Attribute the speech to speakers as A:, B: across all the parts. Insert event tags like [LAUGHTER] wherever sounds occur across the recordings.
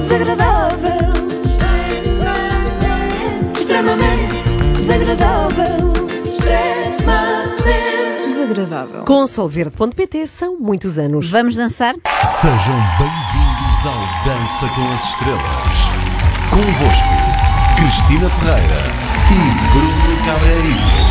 A: desagradável. Extremamente desagradável. Extremamente desagradável.
B: Com solverde.pt são muitos anos.
C: Vamos dançar?
D: Sejam bem-vindos ao Dança com as Estrelas. Convosco, Cristina Ferreira e Bruno Cabrerizo.
B: Uh!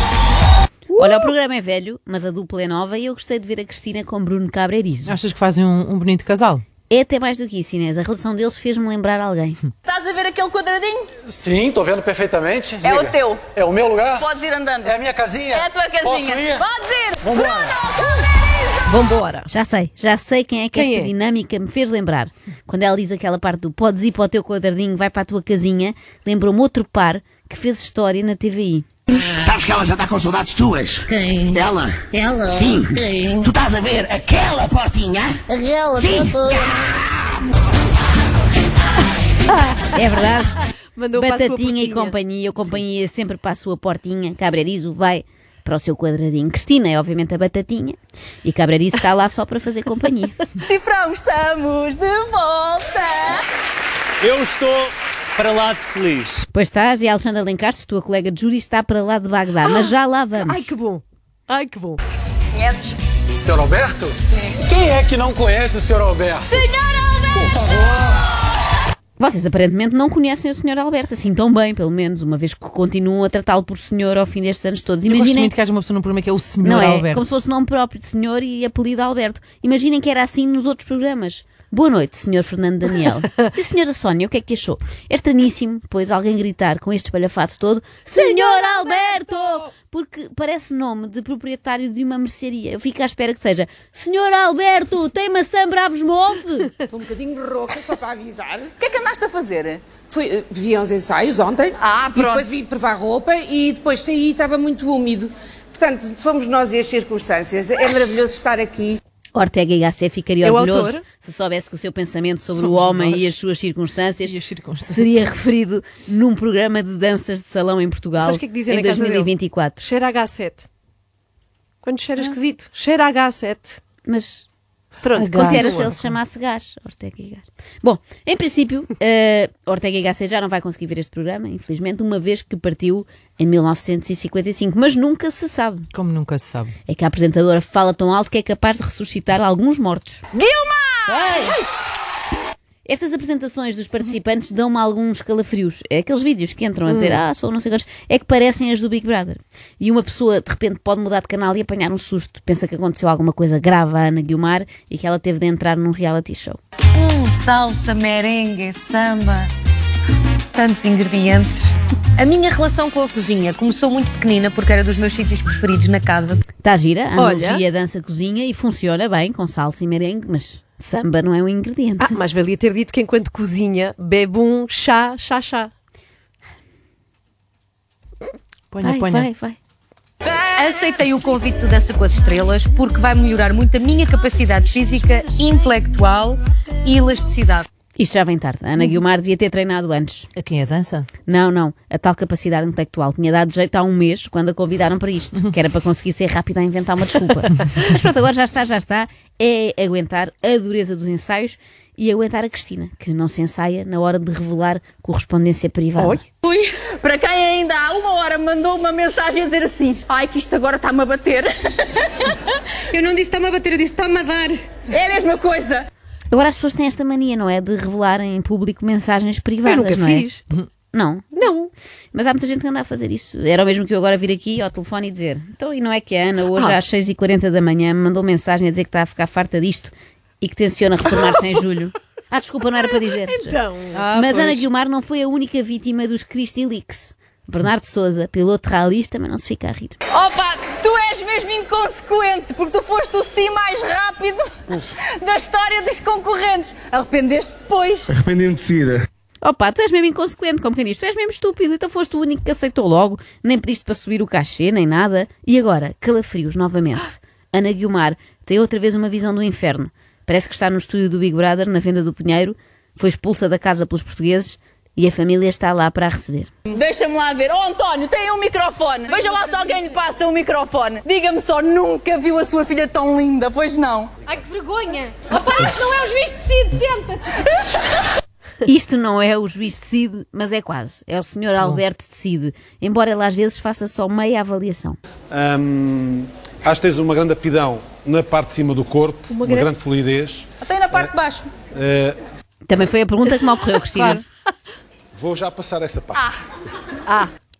C: Olha, o programa é velho, mas a dupla é nova e eu gostei de ver a Cristina com Bruno Cabreirizo.
E: Achas que fazem um, um bonito casal?
C: É até mais do que isso, Inês. A relação deles fez-me lembrar
B: [LAUGHS]
C: alguém.
F: Estás a ver aquele quadradinho?
G: Sim, tô vendo perfeitamente.
F: É
G: Diga.
F: o teu.
G: É o meu lugar?
F: Podes ir andando.
G: É a minha casinha?
F: É a tua
G: Posso
F: casinha.
G: ir?
F: Podes ir. Bruno
G: Vambora.
F: Cabrerizo!
B: Vambora!
C: Já sei, já sei quem é que
B: Quem
C: esta
B: é?
C: dinâmica me fez lembrar. Quando ela diz aquela parte do podes ir para o teu quadradinho, vai para a tua casinha, lembrou-me outro par que fez história na TVI.
H: Sabes que ela já está com saudades tuas? Quem? Ela. Ela? Sim. Quem? Tu estás a ver aquela portinha? Aquela Sim.
C: É verdade?
B: [LAUGHS] Mandou para a sua
C: Batatinha e
B: portinha.
C: companhia, a companhia sempre para a sua portinha, Cabrerizo vai para o seu quadradinho. Cristina é obviamente a batatinha e Cabrerizo está lá só para fazer
B: [LAUGHS]
C: companhia.
F: Cifrão, estamos de volta.
I: Eu estou para lá de feliz.
C: Pois estás, e a Alexandra Lencastre, tua colega de júri, está para lá de Bagdá, mas já lá
B: [GASPS]
C: vamos.
B: Ai que bom! Ai que bom!
F: Conheces?
G: Senhor Alberto? Sim. Quem é que não conhece o senhor Alberto?
C: Vocês aparentemente não conhecem o Sr. Alberto assim tão bem, pelo menos, uma vez que continuam a tratá-lo por senhor ao fim destes anos todos.
E: Eu gosto
C: Imaginem.
E: muito que haja uma pessoa no programa que é o Senhor
C: Não é?
E: Alberto.
C: Como se fosse nome próprio de senhor e apelido Alberto. Imaginem que era assim nos outros programas. Boa noite, Sr. Fernando
E: [LAUGHS]
C: Daniel. e senhora Sónia, o que é que achou? É estranhíssimo, pois, alguém gritar com este espalhafato todo Senhor Alberto! Porque parece nome de proprietário de uma mercearia. Eu fico à espera que seja Senhor Alberto, tem maçã bravos move!
J: Estou um bocadinho rouca, só para avisar.
F: O que é que andaste a fazer?
J: Fui, eh, vi aos ensaios ontem.
F: Ah,
J: E
F: pronto.
J: depois vim provar roupa e depois saí e estava muito úmido. Portanto, fomos nós e as circunstâncias. É maravilhoso estar aqui.
C: Ortega e Gasset ficaria
B: É o
C: orgulhoso
B: autor?
C: se soubesse que o seu pensamento sobre
E: Somos
C: o homem
E: nós.
C: e as suas circunstâncias,
E: E as circunstâncias.
C: seria referido num programa de danças de salão em Portugal
B: Sabes o que é que dizem
C: em
B: na casa dele?
C: 2024.
B: Cheira a H7. Quando cheira
E: Ah.
B: esquisito, cheira a H7.
C: Mas
B: Pronto,
E: Gás.
C: considera se ele se chamasse gás, Ortega e gás. Bom, em princípio, eh, Ortega e Gasset já não vai conseguir ver este programa, infelizmente, uma vez que partiu em 1955, mas nunca se sabe.
E: Como nunca se sabe.
C: É que a apresentadora fala tão alto que é capaz de ressuscitar alguns mortos. Guilma! Estas apresentações dos participantes dão-me alguns calafrios. É aqueles vídeos que entram a dizer,
K: Hum.
C: ah, sou não sei quantos, é que parecem as do Big Brother. E uma pessoa, de repente, pode mudar de canal e apanhar um susto. Pensa que aconteceu alguma coisa grave à Ana Guilmar e que ela teve de entrar num reality show.
K: Hum, salsa, merengue, samba, tantos ingredientes. A minha relação com a cozinha começou muito pequenina porque era dos meus sítios preferidos na casa.
C: Está Tá gira, a
B: Olha.
C: analogia dança-cozinha e funciona bem com salsa e merengue, mas samba não é um ingrediente.
B: Ah, mas valia ter dito que enquanto cozinha, bebe um chá, chá, chá.
E: Ponha,
C: vai,
E: ponha.
C: vai, vai.
K: Aceitei o convite do Dança com as Estrelas porque vai melhorar muito a minha capacidade física, intelectual e elasticidade.
C: Isto já vem tarde. A
B: Uhum.
C: Ana Guilmar devia ter treinado antes.
E: A quem é dança?
C: Não, não. A tal capacidade intelectual tinha dado jeito há um mês quando a convidaram para isto, que era para conseguir ser rápida a inventar
B: [LAUGHS]
C: uma desculpa. Mas pronto, agora já está, já está. É aguentar a dureza dos ensaios e aguentar a Cristina, que não se ensaia na hora de revelar correspondência privada.
B: Oi?
F: Para quem ainda há uma hora me mandou uma mensagem a dizer assim: Ai, que isto agora está-me a bater.
K: Eu não disse está-me a bater, eu disse está-me a dar.
F: É a mesma coisa.
C: Agora as pessoas têm esta mania, não é? De revelarem em público mensagens privadas.
B: Eu nunca
C: não é?
B: fiz.
C: Não.
B: Não.
C: Mas há muita gente que anda a fazer isso. Era o mesmo que eu agora vir aqui ao telefone e dizer: Então, e não é que a Ana, hoje
B: Ah.
C: às 6h40 da manhã, me mandou mensagem a dizer que está a ficar farta disto e que tenciona reformar-se em
B: [LAUGHS]
C: julho? Ah, desculpa, não era para dizer.
B: Então.
C: Mas Ana Guilmar não foi a única vítima dos Cristi Leaks. Bernardo Souza, piloto ralista, mas não se fica a rir.
F: Opa, tu és mesmo inconsequente, porque tu foste o sim mais rápido da história dos concorrentes. Arrependeste depois.
H: Arrependi-me de seguida.
C: Opa, tu és mesmo inconsequente, como quem diz, tu és mesmo estúpido, então foste o único que aceitou logo, nem pediste para subir o cachê, nem nada. E agora, calafrios novamente. Ana Guiomar tem outra vez uma visão do inferno. Parece que está no estúdio do Big Brother, na venda do Pinheiro, foi expulsa da casa pelos portugueses e a família está lá para a receber.
F: Deixa-me lá ver. Oh, António, tem um microfone. Veja lá se alguém lhe passa um microfone. Diga-me só, nunca viu a sua filha tão linda, pois não?
K: Ai que vergonha! Rapaz, não é o juiz de senta
C: Isto não é o juiz decide, mas é quase. É o senhor Alberto decide, embora ele às vezes faça só meia avaliação.
L: Hum, acho que tens uma grande aptidão na parte de cima do corpo, uma,
C: grande-
L: grande... fluidez.
F: Até na parte de baixo.
L: Eh,
C: Também foi a pergunta que me ocorreu, Cristina.
L: vou já passar essa parte.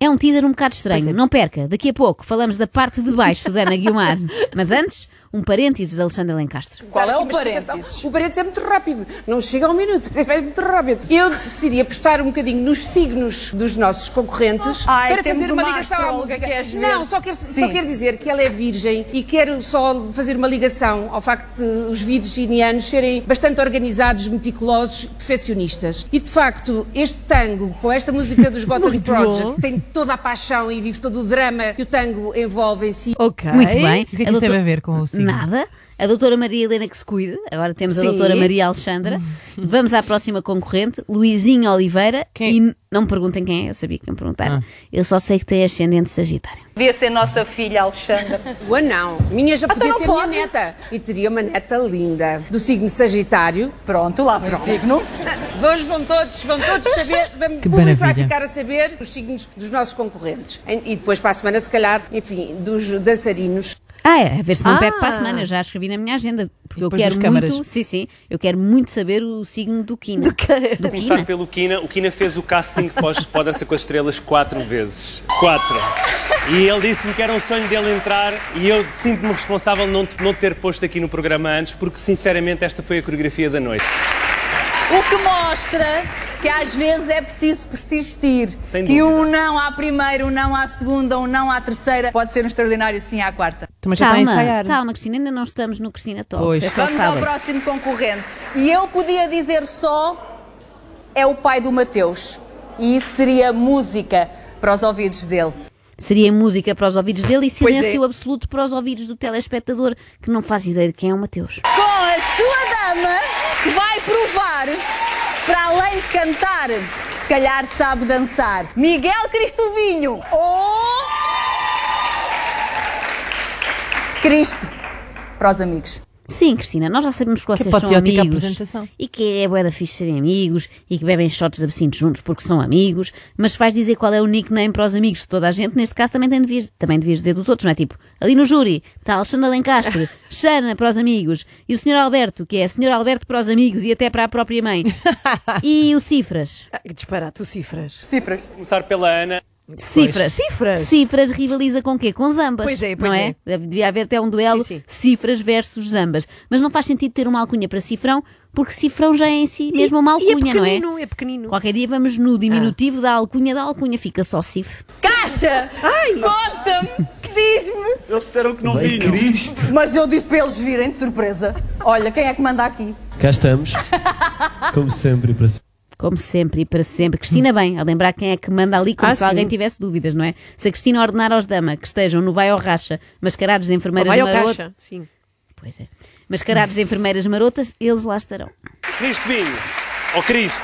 C: É um teaser um bocado estranho,
E: é.
C: não perca. Daqui a pouco falamos da parte de baixo da Ana Guiomar. [LAUGHS] Mas antes, um parênteses de Alexandra Lencastre.
J: Qual é o parênteses? O parênteses é muito rápido, não chega ao minuto, [LAUGHS] é muito rápido. Eu decidi apostar um bocadinho nos signos dos nossos concorrentes
F: Ai,
J: para
F: temos
J: fazer uma,
F: uma
J: ligação à
F: astróloga,
J: música.
F: queres ver?
J: Não, só quero, só
F: Sim.
J: quero dizer que ela é virgem e quero só fazer uma ligação ao facto de os virginianos serem bastante organizados, meticulosos, perfeccionistas. E de facto, este tango com esta música dos Gotham
B: Muito
J: Project
B: bom.
J: tem toda a paixão e vive todo o drama que o tango envolve em si.
B: Ok.
C: Muito bem.
E: O que é que isso
C: doutor-
E: teve a ver com o signo?
C: Nada. A doutora Maria Helena que se cuida. Agora temos a
E: Sim.
C: doutora Maria Alexandra. Vamos à próxima concorrente, Luizinho Oliveira. E n- não me perguntem quem é, eu sabia que me
E: Ah.
C: perguntaram. Eu só sei que tem ascendente sagitário.
F: Devia ser nossa
G: [LAUGHS]
F: filha, Alexandra.
J: Ua, não. Minha já
F: Ah, então
J: podia
F: não
J: ser
F: pode?
J: minha neta. E teria uma neta linda. Do signo Sagitário.
F: Pronto, lá vem signo.
J: Hoje vão todos, vão todos saber. Vamos,
E: Que
J: o público vai
E: maravilha.
J: ficar a saber os signos dos nossos concorrentes. E e depois para a semana, se calhar, enfim, dos dançarinos.
C: Ah, é, a ver se não
J: Ah.
C: pego para a semana. Eu já escrevi na minha agenda. Porque eu
E: depois
C: quero
E: das câmaras.
C: muito. Sim, sim. Eu quero muito saber o signo do Quina. Do, Quina.
I: Começar pelo Kina. O Kina fez o casting pós- para o Dança com as Estrelas quatro vezes. Quatro. E ele disse-me que era um sonho dele entrar e eu sinto-me responsável não, te- não ter posto aqui no programa antes, porque sinceramente esta foi a coreografia da noite.
F: O que mostra que às vezes é preciso persistir.
I: Sem
F: que
I: dúvida.
F: um não à primeira, um não à segunda, um não à terceira pode ser um extraordinário sim à quarta.
B: tá
C: Calma, calma, Cristina, ainda não estamos no Cristina Talks. É só
F: Vamos ao
C: sábado.
F: próximo concorrente. E eu podia dizer só é o pai do Mateus. E isso seria música para os ouvidos dele.
C: Seria música para os ouvidos dele e
F: Pois é.
C: silêncio absoluto para os ouvidos do telespectador que não faz ideia de quem é o Mateus.
F: Com a sua dama que vai provar, para além de cantar, que se calhar sabe dançar. Miguel Cristovinho Oh! ou Cristo para os amigos.
C: Sim, Cristina, nós já sabemos que vocês são
E: patriótica
C: amigos
E: apresentação.
C: e que é bué da fixe serem amigos e que bebem shots de absinto juntos porque são amigos, mas faz dizer qual é o nickname para os amigos de toda a gente, neste caso também, tem devias, também devias dizer dos outros, não é? Tipo, ali no júri está Alexandra Lencastre, Xana para os amigos e o Sr. Alberto, que é Sr. Alberto para os amigos e até para a própria mãe. E o Cifras?
B: Que disparate, o Cifras.
F: Cifras.
I: Começar pela Ana.
C: Cifras.
B: Cifras.
C: Cifras rivaliza com quê? Com zambas.
B: Pois é, pois
C: não é? Devia haver até um duelo cifras versus zambas. Mas não faz sentido ter uma alcunha para cifrão, porque cifrão já é em si mesmo uma
B: e é
C: alcunha, não é?
B: pequenino, é pequenino. Ah.
C: Qualquer dia vamos no diminutivo da alcunha da alcunha, fica só cif.
F: Caixa!
B: Ai!
F: Conta-me! Diz-me!
I: Eles disseram que não
M: Bem,
I: vinham.
M: Cristo.
F: Mas eu disse para eles virem de surpresa. Olha, quem é que manda
I: Então,
F: aqui?
M: Cá estamos. Como sempre, para sempre.
C: Como sempre e para sempre. Cristina, bem, a lembrar quem é que manda ali, como
M: Ah,
C: se alguém
M: sim.
C: tivesse dúvidas, não é? Se a Cristina ordenar aos dama que estejam no vai ao racha, mascarados de enfermeiras
B: Vai ao
C: marotas,
B: caixa. Sim.
C: Pois é. mascarados de enfermeiras marotas, eles lá estarão.
I: Cristo vinho. Ou Cristo.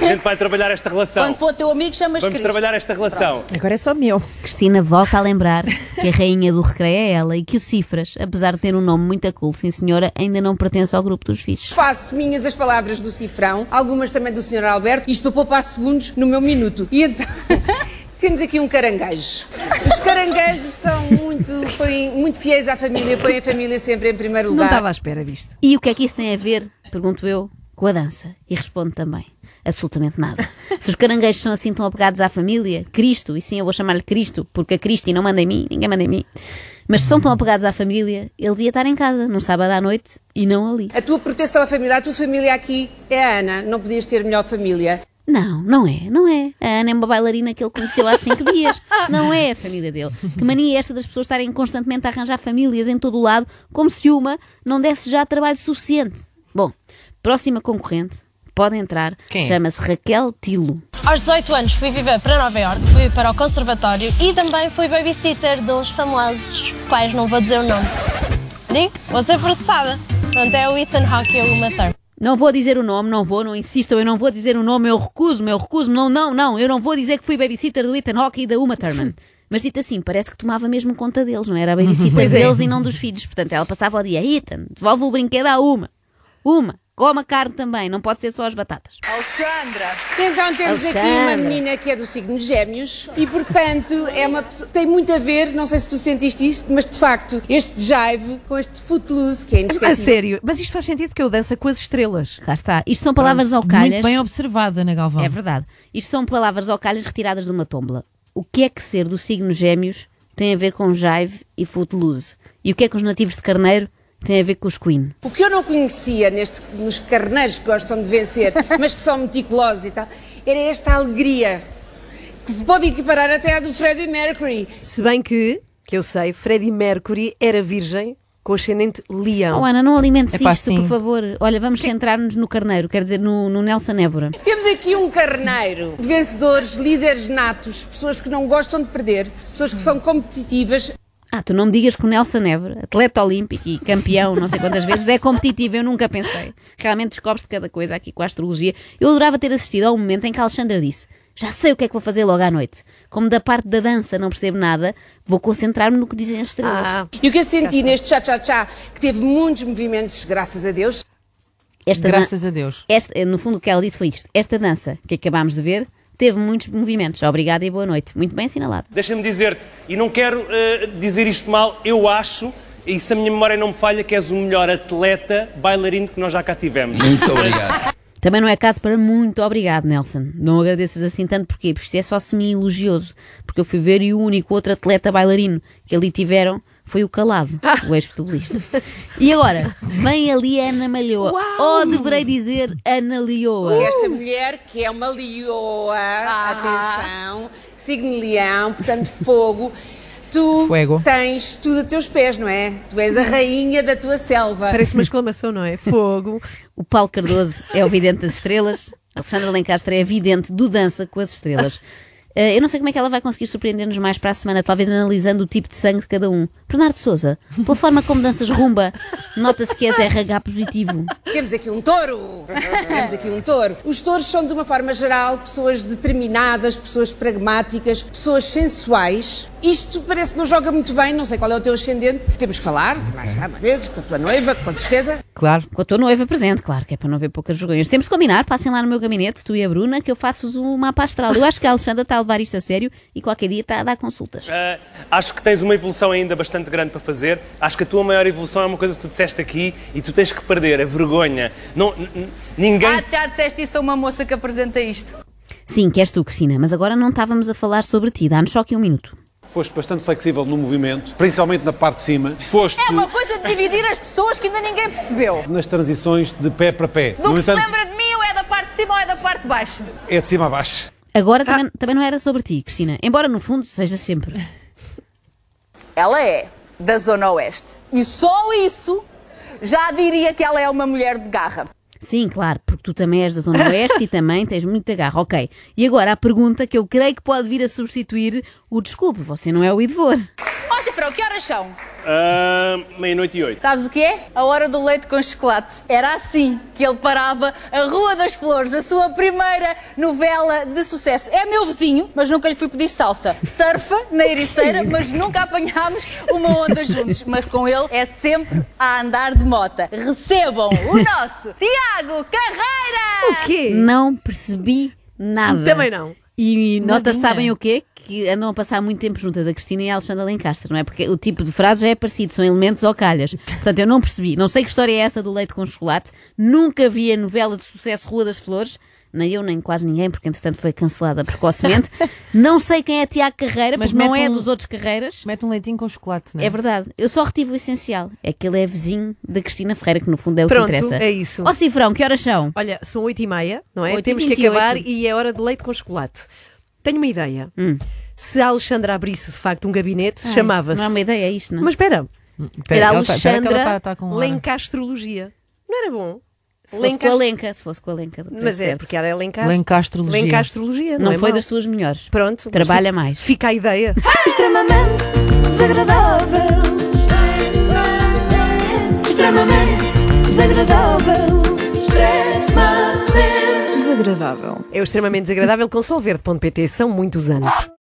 I: A gente vai trabalhar esta relação.
F: Quando for teu amigo, chamas
I: Vamos
F: Cristo.
I: trabalhar esta relação.
C: Agora é só meu. Cristina volta a lembrar que a rainha do recreio é ela e que o Cifras, apesar de ter um nome muito cool, sim senhora, ainda não pertence ao grupo dos filhos.
J: Faço minhas as palavras do Cifrão, algumas também do Sr. Alberto, isto para poupar segundos no meu minuto. E então. [LAUGHS] Temos aqui um caranguejo. Os caranguejos são muito, põem- muito fiéis à família, põem a família sempre em primeiro lugar.
F: tá
B: espera disto.
C: E o que é que isso tem a ver, pergunto eu, com a dança? E respondo também, absolutamente nada. Se os caranguejos são assim tão apegados à família, Cristo, e sim eu vou chamar-lhe Cristo, porque a Cristo não manda em mim, ninguém manda em mim. Mas se são tão apegados à família, ele devia estar em casa, num sábado à noite, e não ali.
J: A tua proteção à família, a tua família aqui é a Ana, não podias ter melhor família.
C: Não, não é, não é. A Ana é uma bailarina que ele conheceu há cinco
N: [LAUGHS]
C: dias. Não é a família dele. Que mania é esta das pessoas estarem constantemente a arranjar famílias em todo o lado, como se uma não desse já trabalho suficiente. Bom, próxima concorrente, pode entrar,
N: Quem é?
C: chama-se Raquel Tilo.
N: Aos 18 anos fui viver para Nova Iorque, fui para o conservatório e também fui babysitter dos famosos, quais não vou dizer o nome. Digo, vou ser processada. Pronto, é o Ethan Hawke e o Uma Thurman.
C: Não vou dizer o nome, não vou, não insistam, eu não vou dizer o nome, eu recuso-me, eu recuso-me, não, não, não, eu não vou dizer que fui babysitter do Ethan Hawke e da Uma Thurman. Mas dito assim, parece que tomava mesmo conta deles, não era a babysitter
B: Pois é.
C: deles e não dos filhos. Portanto, ela passava o dia, Ethan, devolve o brinquedo à Uma. Uma, Coma carne também, não pode ser só as batatas.
J: Alexandra! Então temos aqui uma
C: Alexandra.
J: menina que é do signo de Gêmeos e, portanto, é uma pessoa. tem muito a ver, não sei se tu sentiste isto, mas de facto, este jive com este footloose que é
E: A
J: inesquecível.
E: sério, mas isto faz sentido porque eu danço com as estrelas.
C: Cá está. Isto são palavras ao calhas.
E: Muito bem observada, Ana Galvão.
C: É verdade. Isto são palavras ao calhas retiradas de uma tómbola. O que é que ser do signo gêmeos tem a ver com jive e footloose? E o que é que os nativos de carneiro têm a ver com os queen?
J: O que eu não conhecia neste, nos carneiros que gostam de vencer, [LAUGHS] mas que são meticulosos e tal, era esta alegria que se pode equiparar até à do Freddie Mercury.
B: Se bem que, que eu sei, Freddie Mercury era virgem com ascendente leão.
C: Oh, Ana, não alimentes isto, por favor. Olha, vamos centrar-nos no carneiro, quer dizer, no, no Nelson Évora.
J: Temos aqui um carneiro, vencedores, líderes natos, pessoas que não gostam de perder, pessoas que são competitivas.
C: Ah, tu não me digas que o Nelson Évora, atleta olímpico e campeão não sei quantas vezes, é competitivo, eu nunca pensei. Realmente descobre-se cada coisa aqui com a astrologia. Eu adorava ter assistido ao momento em que a Alexandra disse já sei o que é que vou fazer logo à noite. Como da parte da dança não percebo nada, vou concentrar-me no que dizem as estrelas.
J: E o que eu senti neste chá-chá-chá, que teve muitos movimentos, graças a Deus.
C: Esta
J: Graças
C: a Deus. no fundo, o que ela disse foi isto. Esta dança que acabámos de ver teve muitos movimentos. Obrigada e boa noite. Muito bem assinalado.
I: Deixa-me dizer-te, e não quero eh, dizer isto mal, eu acho, e se a minha memória não me falha, que és o melhor atleta bailarino que nós já cá tivemos. Muito obrigado.
C: Também não é caso para muito obrigado, Nelson. Não agradeças assim tanto, porquê? Porque isto é só semi-elogioso. Porque eu fui ver e o único outro atleta bailarino que ali tiveram foi o Calado, o ex-futebolista. E agora, vem ali a Ana Malhoa.
J: Uau! é
C: Ou deverei dizer Ana Lioa.
J: Esta mulher que é uma leoa, atenção, signo leão, portanto fogo. Tu
E: Fuego.
J: tens tudo a teus pés, não é? Tu és a rainha da tua selva.
B: Parece uma exclamação,
E: [LAUGHS]
B: não é? Fogo.
C: O Paulo Cardoso é o vidente das estrelas. Alexandra Lencastre é a vidente do Dança com as Estrelas. Eh, eu não sei como é que ela vai conseguir surpreender-nos mais para a semana, talvez analisando o tipo de sangue de cada um. Bernardo Souza, pela forma como danças rumba, nota-se que és RH positivo.
J: Temos aqui um [LAUGHS] touro! Temos aqui um touro. Os touros são, de uma forma geral, pessoas determinadas, pessoas pragmáticas, pessoas sensuais. Isto parece que não joga muito bem, não sei qual é o teu ascendente. Temos que falar, mais mais vezes, com a tua noiva, com certeza.
E: Claro.
C: Com a tua noiva presente, claro, que é para não ver poucas vergonhas. Temos de combinar, passem lá no meu gabinete, tu e a Bruna, que eu faço-vos um mapa astral. Eu acho que a Alexandra está a levar isto a sério e qualquer dia está a dar consultas.
I: Eh, acho que tens uma evolução ainda bastante grande para fazer. Acho que a tua maior evolução é uma coisa que tu disseste aqui e tu tens que perder, a vergonha. Não, n- n- ninguém
K: Ah, já disseste isso a uma moça que apresenta isto.
C: Sim, que és tu, Cristina, mas agora não estávamos a falar sobre ti. Dá-nos só aqui um minuto.
L: [LAUGHS] Foste bastante flexível no movimento, principalmente na parte de cima. Foste
K: É uma coisa de dividir as pessoas que ainda ninguém percebeu.
L: nas transições de pé para pé.
K: Do
L: no
K: que se
L: entanto,
K: lembra de mim ou é da parte de cima ou é da parte de baixo?
L: é de cima a baixo.
C: Agora também, também não era sobre ti, Cristina, embora no fundo seja sempre.
F: Ela é da Zona Oeste. E só isso já diria que ela é uma mulher de garra.
C: Sim, claro, porque tu também és da Zona Oeste e também tens muita garra. Ok. E agora a pergunta que eu creio que pode vir a substituir o desculpe, você não é o Idvor.
K: Ó Cifrão, que horas são?
I: Ah, meia-noite e oito.
K: Sabes o que é? A hora do leite com chocolate. Era assim que ele parava a Rua das Flores, a sua primeira novela de sucesso. É meu vizinho, mas nunca lhe fui pedir salsa. Surfa na ericeira, mas nunca apanhámos uma onda juntos. Mas com ele é sempre a andar de mota. Recebam o nosso Tiago Carreira!
C: O quê? Não percebi nada.
K: Também não.
C: E nota,
K: Nadinha.
C: sabem o quê? Que andam a passar muito tempo juntas, a Cristina e a Alexandra Lencastre, não é? Porque o tipo de frase já é parecido, são elementos ou calhas. Portanto, eu não percebi. Não sei que história é essa do leite com chocolate. Nunca vi a novela de sucesso Rua das Flores. Nem eu, nem quase ninguém, porque entretanto foi cancelada precocemente. não sei quem é Tiago Carreira, mas não é dos outros. Carreiras.
E: Mete um leitinho com chocolate, não é?
C: É verdade. Eu só retive o essencial. É que ele é vizinho da Cristina Ferreira, que no fundo é o
B: Pronto,
C: que interessa.
B: é isso.
C: Ó Cifrão, que horas são?
B: Olha, são 8 e meia, não é?
C: Oito e
B: Temos
C: vinte
B: que
C: e oito.
B: acabar e é hora de leite com chocolate. Tenho uma ideia. Se a Alexandra abrisse de facto um gabinete,
C: Hum. Ai,
B: chamava-se.
C: não é uma ideia isto, não é?
B: Mas espera.
E: Pera,
B: era
E: ela tá- pera que ela
B: Alexandra
E: tá- tá com hora.
B: Lencastrologia. Não era bom?
C: Se fosse com a
B: Lencast-
C: Lenca, se fosse com a Lenca. do
B: Mas
C: preço
B: é,
C: certo.
B: porque era Lencastre. Lencastrologia. Lencastrologia, não
C: Não
B: é
C: foi
B: mau.
C: das tuas melhores.
B: Pronto.
C: Trabalha
B: mas
C: mais.
B: Fica a ideia.
A: Extremamente desagradável. Extremamente desagradável. Extremamente desagradável.
B: É o extremamente desagradável com solverde.pt. São muitos anos.